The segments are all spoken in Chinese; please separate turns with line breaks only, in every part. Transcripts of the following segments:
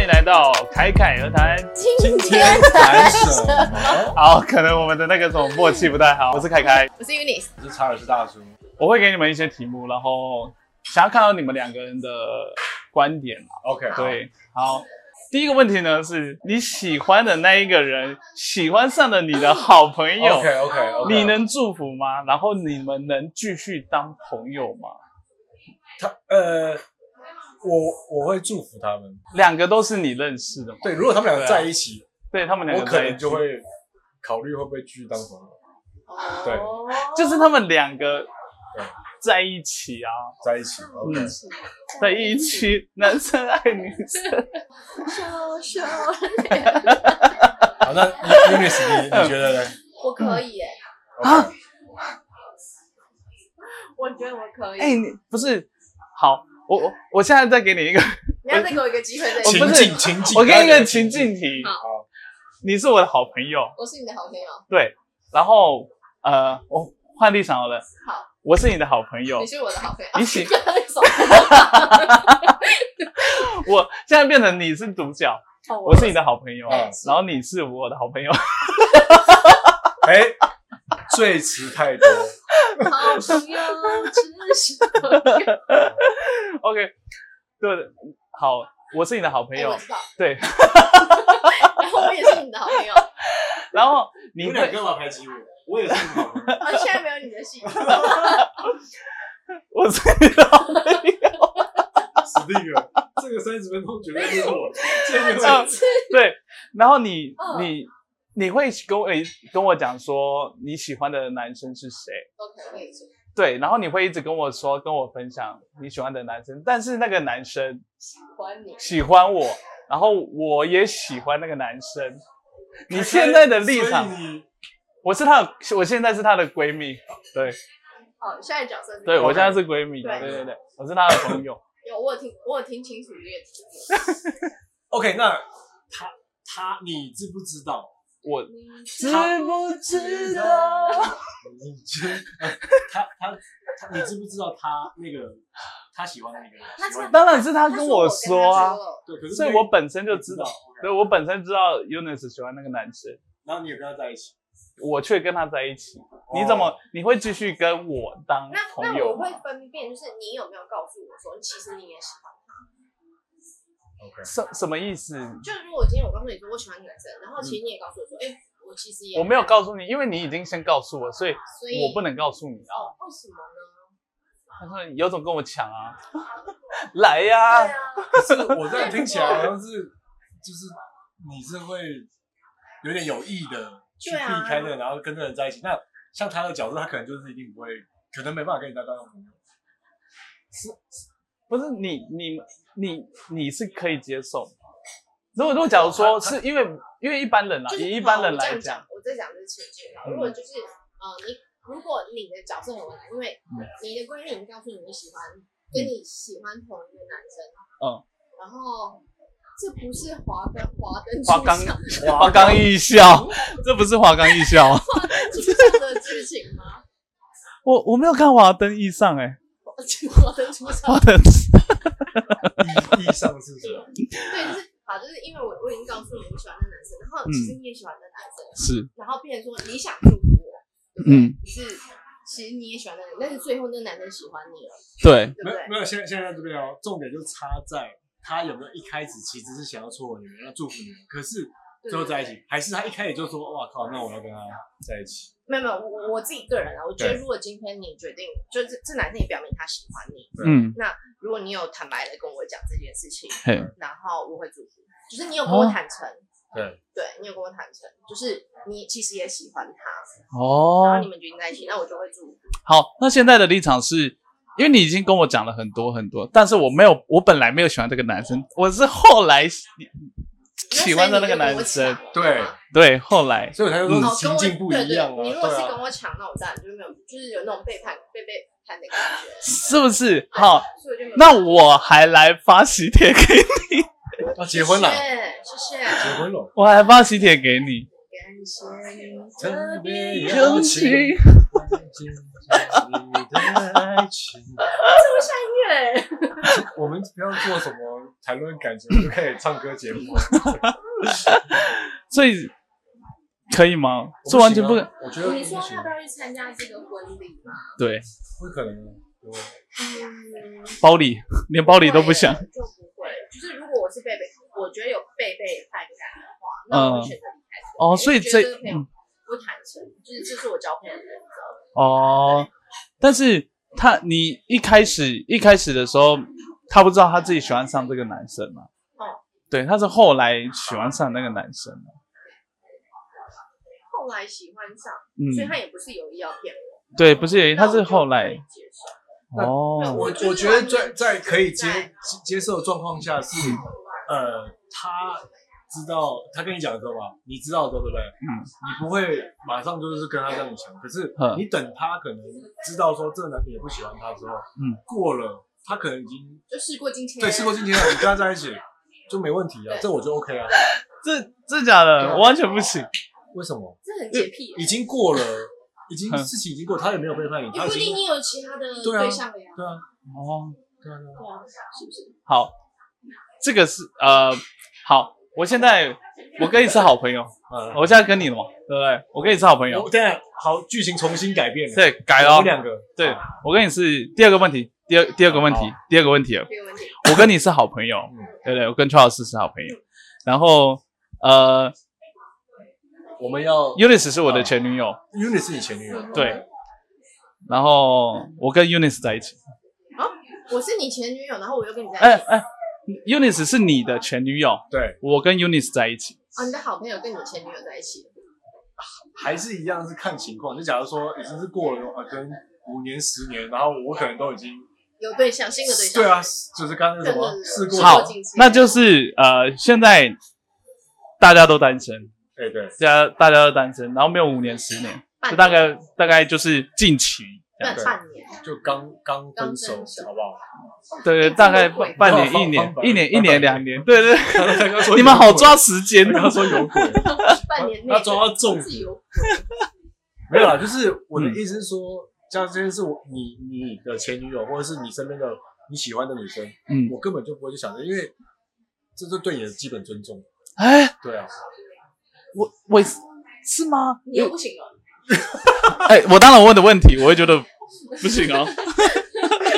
迎来到凯凯和谈。
今天谈什么？
好，可能我们的那个什么默契不太好。我是凯凯，
我是 Unis，
我是查尔斯大叔。
我会给你们一些题目，然后想要看到你们两个人的观点嘛。
OK，
对，好。第一个问题呢是你喜欢的那一个人喜欢上了你的好朋友
OK OK OK，
你能祝福吗？然后你们能继续当朋友吗？
他呃，我我会祝福他们。
两个都是你认识的吗？
对，如果他们两个在一起，
对他们两
我
个
可
在一
能
起
就会考虑会不会继续当朋友。对，
哦就是他们两个
对
在一起啊，
在一起。OK，
嗯，在一起，男生爱女生。
羞羞，
好，那 Unis，你你觉得呢？
我可以耶，
啊，
我觉得我可以。
哎、你不是好，我我我现在再给你一个，
你要再给我一个机会再
我
讲
不
情
是
境情境，
我给你一个情境题。
好
好
你是我的好朋友，
我是你的好朋友，
对，然后呃，我换立场好了。
好，
我是你的好朋友
你，是我的好朋友，
你 喜
刚刚说
我现在变成你是主角，
哦
我是你的好朋友，
嗯
然后你是我的好朋友。
哎，最词太多。
好朋友，只是朋友
OK，对，好，我是你的好朋
哎
友，
我知道，
对，
然后我也是你的好朋友，
然后你会
干嘛排挤我？我也是你好朋友。
啊，现在没有你的戏，
我是你的好朋友，
死定了！这个三十分钟绝对是我，这个
嗯对，然后你、
嗯
你你会跟我跟我讲说你喜欢的男生是谁，
都可以做。
对，然后你会一直跟我说跟我分享你喜欢的男生，但是那个男生
喜欢你，
喜欢我，然后我也喜欢那个男生。你现在的立场，
所以你
我是她的，我现在是她的闺蜜，对
好，现在角色是
对，
你
我现在是闺蜜，对
对
对对，我是她的朋友。
有我有听我有听清楚这个题
OK，那他他你知不知道？
我
目，
知不知道？
你知他他他你知不知道他那个他喜欢那个人？
他
喜欢
当然是她跟我
他说
说啊，
我
对，可是
所以
那个
我本身就知道，
OK
对我本身知道 Unis 喜欢那个男生，
然后你也跟他在 一起，
我却跟他在一起。你怎么你会继续跟我当
跟他说
朋
了那那
友
我
吗？
会分辨，就是你有没有告诉我说，其实你也喜欢。
？OK，
什什么意思？
就如果今天我告诉你说我喜欢男生，然后其实你也告诉我说，哎、我其实也
嗯我没有，告诉你，因为你已经先告诉我，所以
所以
我不能告诉你啊。
哦，为什么呢？
他说有种跟我抢 啊，来呀、
对 啊，
可是我这样听起来好像是就是你是会有点有意的去避
对啊
开那个，然后跟那个人在一起。那像他的角色，他可能就是一定不会，可能没办法跟你当当朋友。
不是你你你你是可以接受吗。如果如果假如说是因为因为一般人啦，
就是
以一般人
好我这
来
样
讲
讲，，我在讲的是情境啊。
嗯
如果就是呃，你如果你的角色很为难，因为
嗯
你的闺蜜已经告诉你你喜欢跟你喜欢同一个男生，
嗯，
然后这不是华灯华灯
华冈
初上
华冈艺校，这不是华冈艺校，
华灯初上的剧情吗？
我我没有看华灯艺上
欸
哎、
华灯初上
华，灯
意意义上是什么？
对，就是好，就是因为我我已经告诉你你喜欢的男生，然后
嗯
其实你也喜欢的男生，
是
然后变成说你想祝福我，对不对
嗯，
可是其实你也喜欢那个人，但是最后那个男生喜欢你了，
对
对不
没有
对？
没有，现在现在这边哦，重点就差在他有没有一开始其实是想要撮合你们，要祝福你们，可是
对
最后在一。起，还是他一开始就说哇靠，那我要跟他在一起。
没有没有，我我自己个人啊，我觉得
对
如果今天你决定，就是这这男生也表明他喜欢你，
嗯
如果你有坦白的跟我讲这件事情，
嘿哦
然后我会祝福，就是你有跟我坦诚，
对，
对你有跟我坦诚，就是你其实也喜欢他，然后
哦
你们决定在一起，那我就会祝福。
好，那现在的立场是，因为你已经跟我讲了很多很多，但是我没有，我本来没有喜欢这个男生，我是后来喜喜欢的那个男生，
那所以你就跟我抢了嘛
对，后来
所以我才
嗯
说
哦，
情
跟我
境不一样啊。
对对，你如果是
对
跟
啊，
我抢，那我当然就没有，就是有那种背叛、被背叛的感觉，
是不是？好，
所以我就没有。
那我还来发喜帖给你，
要结婚了，
谢谢，谢
结
谢，
婚了，
我还发喜帖给你，
感谢你
特别
尤
有
其
情。你的爱情。
音乐，
我们不要做什么谈论感情就可以唱歌节 目，
所以可以吗？这完全不
我
可
行啊，我觉得
你
不
说
行
要，不要去参加这个婚礼嘛？
对，
不可能啊。对吧
嗯，
包里连 包里都不想。
会就不会。就是如果我是贝贝，我觉得有贝贝快感的话，那我会选择离开。
哦，所以这
因为觉得朋友
嗯
不坦诚，就是这是我交朋友的原则。
哦，但是他你一开始一开始的时候，他不知道他自己喜欢上这个男生嘛？
哦，
对，他是后来喜欢上那个男生的。
后来喜欢上，所以
嗯，
他也不是有意要骗我。
对，不是有一，他
那我
是
就
后
可以
来
接受
那
哦，
我我觉得在在可以接接受的状况下是，呃，他知道他跟你讲的时候吧，你知道的时候对不对？
嗯，
你不会马上就是跟他这样讲，可是
嗯
你等他可能知道说这个男生也不喜欢他之后，
嗯，
过了他可能已经
就事过境迁。
对事过境迁了，你跟他在一起就没问题啊，
对
这我就 OK 啊。
这这假
对
的，
啊
我完全不行。
为什么？
这很洁癖耶。
已经过了，已经
嗯
事情已经过，他也没有背叛你，
也
他
不
已
一定
经
你有其他的
对啊
对象了呀，
对啊，
哦，
对啊，对啊
对啊，是不是？
好，这个是呃，好，我现在我跟你是好朋友，
嗯。
我现在跟你了嘛，对不对？我跟你是好朋友
我，现在好剧情重新改变了，
对，改
我
了
们，两个
对
好
我跟你是第二个问题，第二第二个问题
好，
第二个问题了，
没有问题。
我跟你是好朋友，
嗯
对不对？我跟 Charles 是好朋友，然后呃
我们要
，Unis 是我的前女友，
Unis 是你前女友，
对，然后我跟 Unis 在一起，
我是你前女友，然后我又跟你在
哎
一起。
哎，Unis 是你的前女友，
对，
我跟 Unis 在一起，
哦，你的好朋友跟你前女友在一起，
还是一样是看情况。就假如说已经是过了啊，可能五年、十年，然后我可能都已经
有对象，新的对象。
对啊，就是刚刚那什
对
么
对对
事
我
过
好
境迁，
那就是呃，现在大家都单身，
对哎对，
大家大家都单身，然后没有五年十年，
半
就
年
大概大概就是近期。这样
半半年，
就刚刚分手
刚分手，
好 不好？
对，大概
哎这么贵
半半年、
方
一年
方、法
一年、一
方法
年、两年，对对，
刚刚说
你们好抓
有
时间哦
鬼，刚。刚说有鬼，
半年内
他抓到重
自
点。
由
没有啦，就是我的意思是说，像这件事，我你你的前女友，或者是你身边的你喜欢的女生，
嗯
我根本就不会去想着，因为这是对你的基本尊重。
哎，
对啊，
我我是吗？
你又不行了，
哎，我当然问的问题，我会觉得不行哦，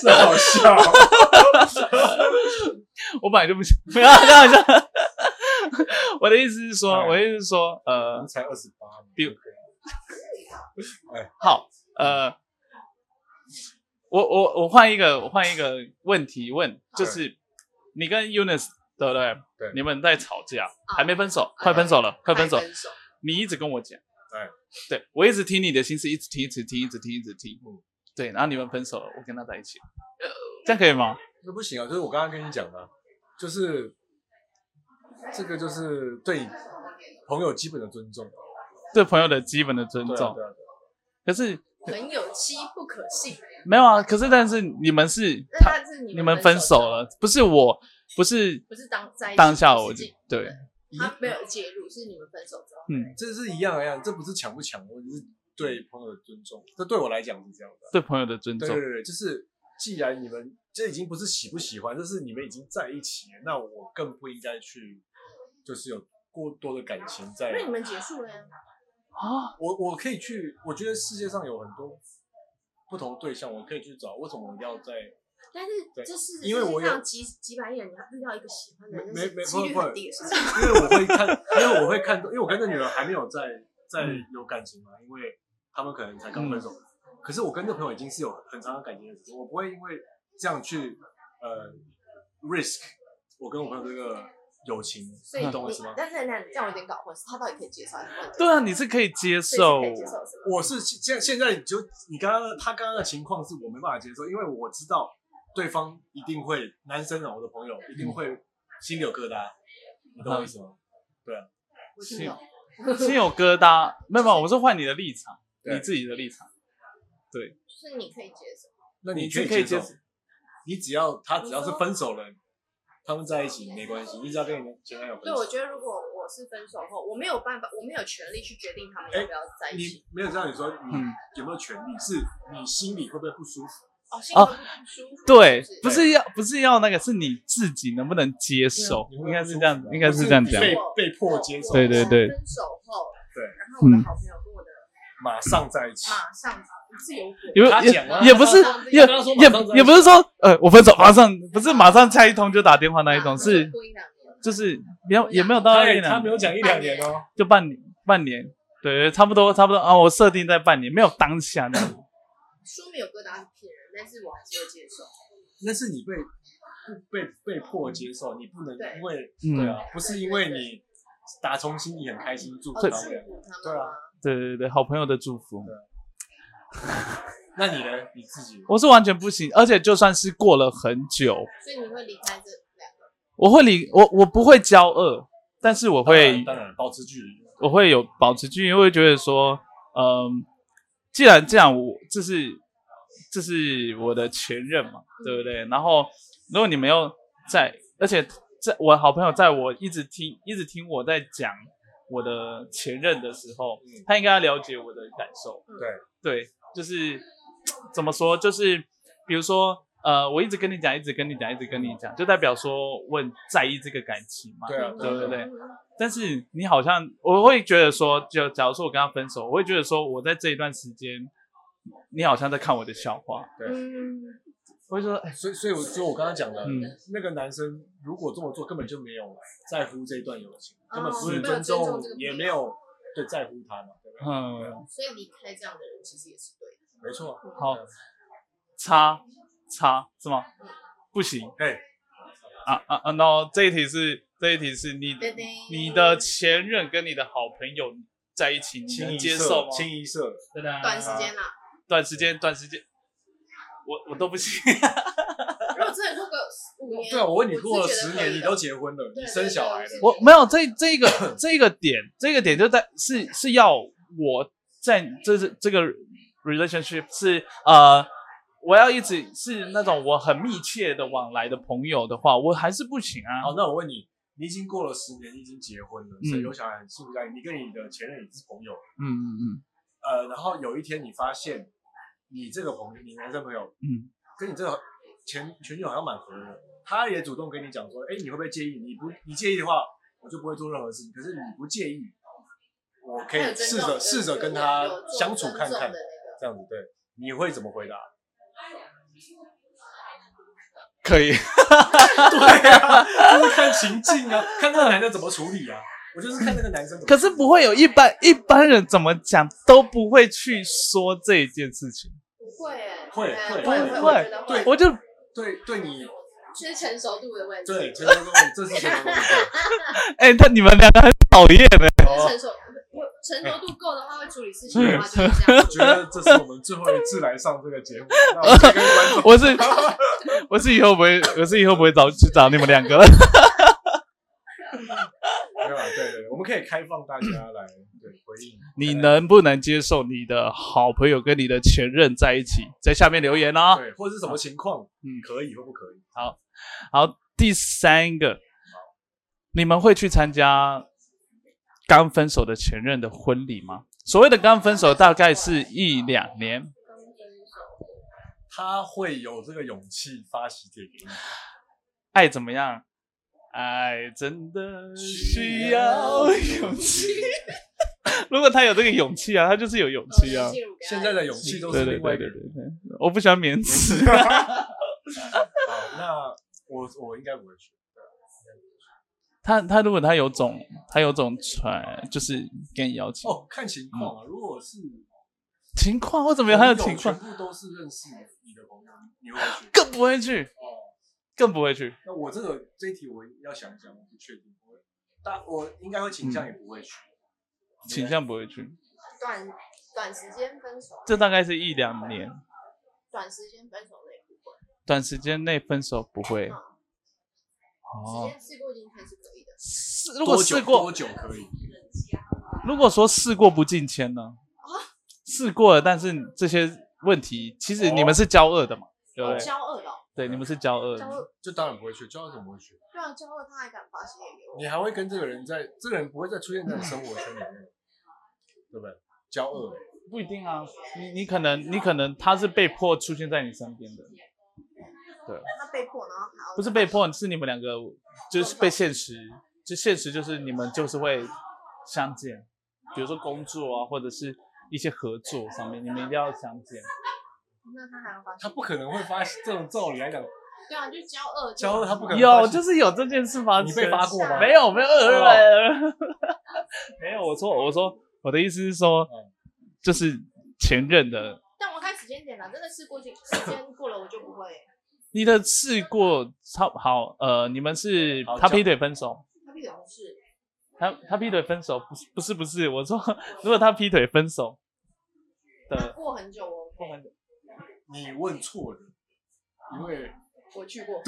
这好 笑。
我本来就不行， 没有啊开玩笑。我的意思是说，
哎
我的意思是说，
我
呃
们，才二十八，
比好，呃，我我我换一个，我换一个问题问，就是你跟 Unis 对不对？
对
你们在吵架，还没分手，快分手了，啊快分手，你一直跟我讲，
哎，
对我一直听你的心思，一直听，一直听，一直听，一直听
嗯，
对，然后你们分手了，我跟他在一起了，这样可以吗？
那不行啊！就是我刚刚跟你讲的啊，就是这个就是对朋友基本的尊重，啊
对朋友的基本的尊
对啊
重。
对啊，
可是
朋友妻不可信，
没有啊，可是但是你们是
那
他
他是
你
们
们分手
了，
了，不是我，不是
不是当在一起
当下我
不
就是对
他没有介入，是你们分手之后，
嗯
啊这是一样一样，这不是强不强，我只是对朋友的尊重，这对我来讲是这样的啊。
对朋友的尊
对
重。
对对，对就是既然你们这已经不是喜不喜欢，这是你们已经在一起了，那我更不应该去，就是有过多的感情在。
那你们结束了呀，
啊，
我我可以去，我觉得世界上有很多不同对象，我可以去找，为什么我一定要在？
但是
对
这是
因为我有
让几几百眼，你要遇到一个喜欢的人，
没没
这是几率很低的事情。
因为我会看，因为我会看，因为我跟那女人还没有在在
嗯
有感情嘛，因为他们可能才刚分手。可是我跟那朋友已经是有很长的感情的时间，我不会因为这样去呃 risk 我跟我朋友这个友情，
所以
你懂我意思
你
吗，？
但是那你这样我有点搞混，是他到底可以接受还是不能接受？
嗯对啊，你是可以接受
所以是可，以接 受是吗？
我是现现在你就你刚刚的他刚刚的情况是我没办法接受，因为我知道对方一定会男生啊，我的朋友一
嗯
定会心里有疙瘩，你懂我意思吗？
我听懂。
心有疙 瘩。没有没有，我是换你的立场，
对
你自己的立场。
就是你可以接受，
那
你
你
是
可
可以接
以接
受
受，你只要他只要是分手了，他们在一起没关系，你只要跟你前男友分
哦对，我
手，
觉得如果我是分手后，我没有办法，我没有权利去决定他们要不要在一起。
你没有这样，你说你
嗯
有没有权利？是你心里会不会不舒服？
哦，心里会不舒服。
啊对，
是啊
不是要不是要那个，是你自己能不能接受，
你会不
应该
会不舒
是
服
这样，应该
不
是这样讲
不。
被被迫接受，
对对对
分手后，
对
然后我的
嗯
好朋友跟我的
马上在一起。
马上自由果，
因为
他讲啊
也也不是
他刚刚
也
刚刚说马上在一起
也也不是说呃，我分手马上不是马上下一通就打电话那一种，
啊
是
过一两年
就是没有也没有到
他
一
也
两
他没有讲一两年
哎
哦，
就半年半年，对，差不多差不多啊，我设定在半年，没有当下那样。
说没有疙瘩是骗人，但是我还是会接受。
那是你被被被迫接受，你不能
对
因为
嗯
对啊，不是因为你打从心里很开心祝福
哦，
他
祝
们。
福他
对
们
啊
吗？
对对对，好朋友的祝福，
那你呢？你自己
我是完全不行，而且就算是过了很久，
所以你会离开这两个人？
我会理我我不会骄傲，但是我
当然
会
当然保持距离。
我会有保持距离，因为觉得说，嗯，既然这样，我这是这是我的前任嘛，对不对？然后如果你没有在，而且在我好朋友在我一直听一直听我在讲我的前任的时候，
嗯
他应该要了解我的感受。对，就是怎么说，就是比如说。呃，我一直跟你讲，一直跟你讲，一直跟你讲，就代表说我很在意这个感情嘛。
对啊，
对
对
对
啊
对但是你好像，我会觉得说，就假如说我跟他分手，我会觉得说，我在这一段时间，你好像在看我的笑话。
对
嗯，
我会说，哎，
所以，所以我所以我刚刚讲的、
嗯
那个男生，如果这么做，根本就没有在乎这一段友情，
哦
根本不是尊
没有
重
尊重这个，朋友
也没有对在乎他嘛，对不对？
嗯，
所以离开这样的人其实也是对的。
没错。
好，擦擦是吗？不行
哎，
啊啊啊！No，这一题是这一题是你
对对
你的前任跟你的好朋友在一起，你
清
能
一
接
色
受吗？
清一色，
真的啊
短时间啦，
短时间短时间，我我都不行。
如果真的过个五年，
对啊，我问你
是
过了
觉得
十
可以
年，
的
你都结婚了，
对
你生小孩了
对对，对
我没有这这个这个点，这个点就在是是要我在这是这个 relationship 是呃，我要一直是那种我很密切的往来的朋友的话，我还是不行啊。
好，那我问你，你已经过了十年，你已经结婚了，
嗯
所以有小孩，很幸福家庭，你跟你的前任也是朋友，
嗯嗯
呃，然后有一天你发现，你这个朋友，你男生朋友
嗯
跟你这个前前女友好像蛮合的，他也主动跟你讲说，哎、你会不会介意？你不你介意的话，我就不会做任何事情。可是你不介意，我可以
还有尊
试
重
着
有
试着跟
有
他
有做
相处
尊
看
重
看
的，那
这样子对。你会怎么回答？
可以，
对啊，就是看情境啊，看那个男的怎么处理啊。我就是看那个男生怎么处理。
可是不会有一般一般人怎么讲都不会去说这件事情，
个不会欸，
会
哎
会
会
会
我觉得
对
我就
对对你
这是成熟度的问题，
对，，成功中这是成功中
哎、他你们两个很讨厌的，
哦
这是成熟，我成熟
嗯
度够的话会处理事情的话就是这样
我。觉得这是我们最后一次来上这个节目，那我们跟观众
我是我是以后不会，我是以后不会找去找你们两个了。
没有啊，对对，对我们可以开放大家来对回应。
你能不能接受你的好朋友跟你的前任在一起？在下面留言啊。
对，或者是什么情况，
嗯
可以或不可以？
好，第三个，你们会去参加刚分手的前任的婚礼吗？所谓的 刚分手，大概是一两年。
他会有这个勇气发喜帖给你，
爱怎么样？爱真的需要勇气。 如果他有这个勇气啊，他就是有勇气啊。
进入给他
现在的勇气都是
对对
另外
对
一个
对对
人。
对，我不喜欢免 死。
好，那我我应该不会去。
他他如果他有种他有种传，就是跟你邀请、
哦，看情况啊，如果是
情况或怎嗯么样，他的
朋友
情况
全部都是认识你的朋友，你会不
更不会
会去？
去，
哦，
更不会去。
那我这个这一题我要想一想，我不确定，我但我应该会倾向也不会去。
嗯倾向不会去，
短短时间分手，
这大概是一两年，
短时间分手那一部分，
短时间内分手不会。
嗯
哦
时，间试过今天是可以的。
试如果试
多
过，
久可以？
如果说试过不进签呢？
啊
试过了，但是这些问题其实你们是交恶的嘛，对不对？
骄傲的哦，
对，你们是交恶，
交恶，
就当然不会去，交流怎么不会去？
对啊，交恶他还敢发信息给我，
你还会跟这个人在，这个人不会再出现在你生活圈里面，对不对？交恶，
不一定啊。你你可能你可能他是被迫出现在你身边的，
他被迫然后还要
不是被迫，是你们两个就是被现实，就现实就是你们就是会相见，比如说工作啊，或者是一些合作上面，你们一定要相见。
那他还要发信息
他不可能会发现这种照理来讲，
对啊，就交恶，
交恶他不可能
有
发现
就是有这件事发生，
你被发过吗？
没有没有，呃 没有。我说我说我的意思是说
嗯，
就是前任的，
但我看时间点了，真的是过去时间过了，我就不会。
你的试过超好，呃，你们是
好
他
这样
劈腿分手，
他必表是
他他劈腿分手，不是不是不是，我说 如果他劈腿分手的，
过很久哦，
过很久
你问错了，因为
我去过，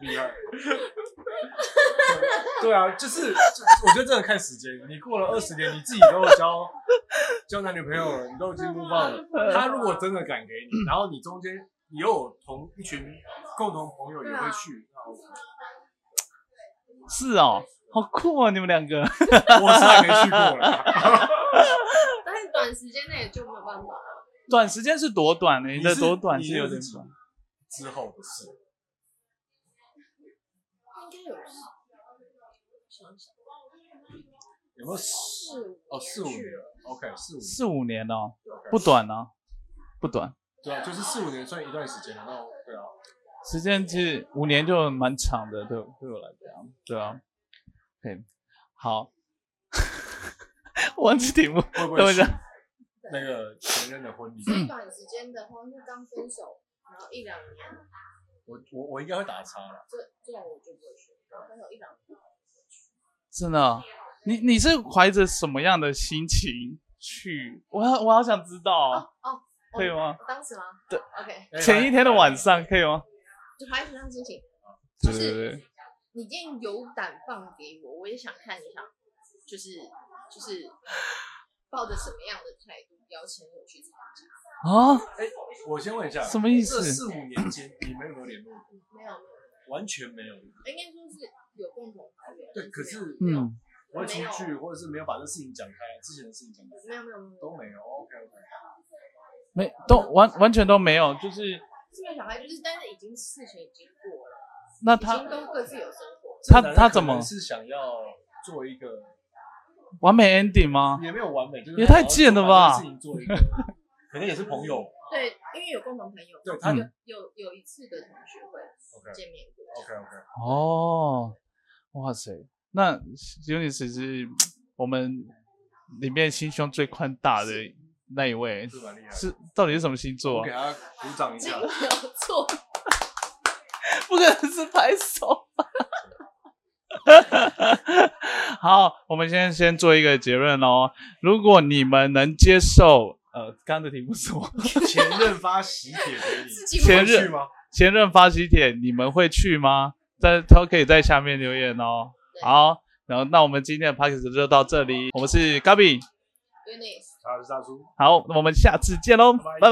厉害。对对啊，就是就我觉得真的看时间。你过了二十年，你自己都交交男女朋友了，你都已经 move on 了。他如果真的敢给你，然后你中间你又有同一群共同朋友也会去，
是哦，好酷哦，你们两个
那我我是还没去过了。
但是短时间内就没有办法。
短时间是多短呢？你的
是
多短
你
是有点
是
短，
之后的事，
应该有想想
哦
有没有
四五
哦四五
年
年
去了，
？OK，四五年
四五年哦，
，OK，
不短啊，不短。
对啊，就是四五年算一段时间了。那我对啊，
时间其实五年就蛮长的，对我对我来讲，对啊，对，好， 忘记题目，
会不
等我
会
一
去
下，
那个前任的婚礼？
短时间的话，那刚分手，然后一两年，
我我我应该会打叉了。
这这种我就不会去。然后分手一两年，哦
真的哦，你你是怀着什么样的心情去？我好我好想知道哦，
哦哦，
可以吗？
当时吗？
对
，OK，
哎
前一天的晚上可以吗？
就怀着那心情，
对
是
对对，
你今天有胆放给我，我也想看一下，就是就是抱着什么样的态度邀请我去参加？
啊，
哎、我先问一下，
什么意思
这四五年间，你们有没有联络过？
没有没有，
完全没有。
应该说是有共同好友。
对，可是
嗯，
不会出去，或者是没有把这事情讲开，啊之前的事情讲开
没有没有没有，
都没有。OK OK。
没都完完全都没有，就是
是没有想开，就是但是已经事情已经过了，
那
已经
他
都各自有生活。
他
这男的
他怎么
可能是想要做一个
完美 ending 吗？
也没有完美，就是
也太贱了吧
把这事情做一个，可能也是朋友。
对，因为有共同朋友，
对他
嗯
有有有一次的同学会
OK
见面过，
OK OK。
哦，哇塞，那尤尼斯是我们里面心胸最宽大的那一位，
是蛮厉害的
是到底是什么星座
我
啊
给？他鼓掌一
这
下
样，有错，
不可能是拍手吧。 好，我们先先做一个结论喽。如果你们能接受，呃，刚刚的题目是我
前任发喜帖给你，
自己
前
你会
任
去吗？
前任发喜帖，你们会去吗？在都可以在下面留言哦。
对
好，然后那我们今天的 p a c k a g e 就到这里，我们是 Gabi。
有点
他是大叔。
好，那我们下次见喽，
拜
拜拜。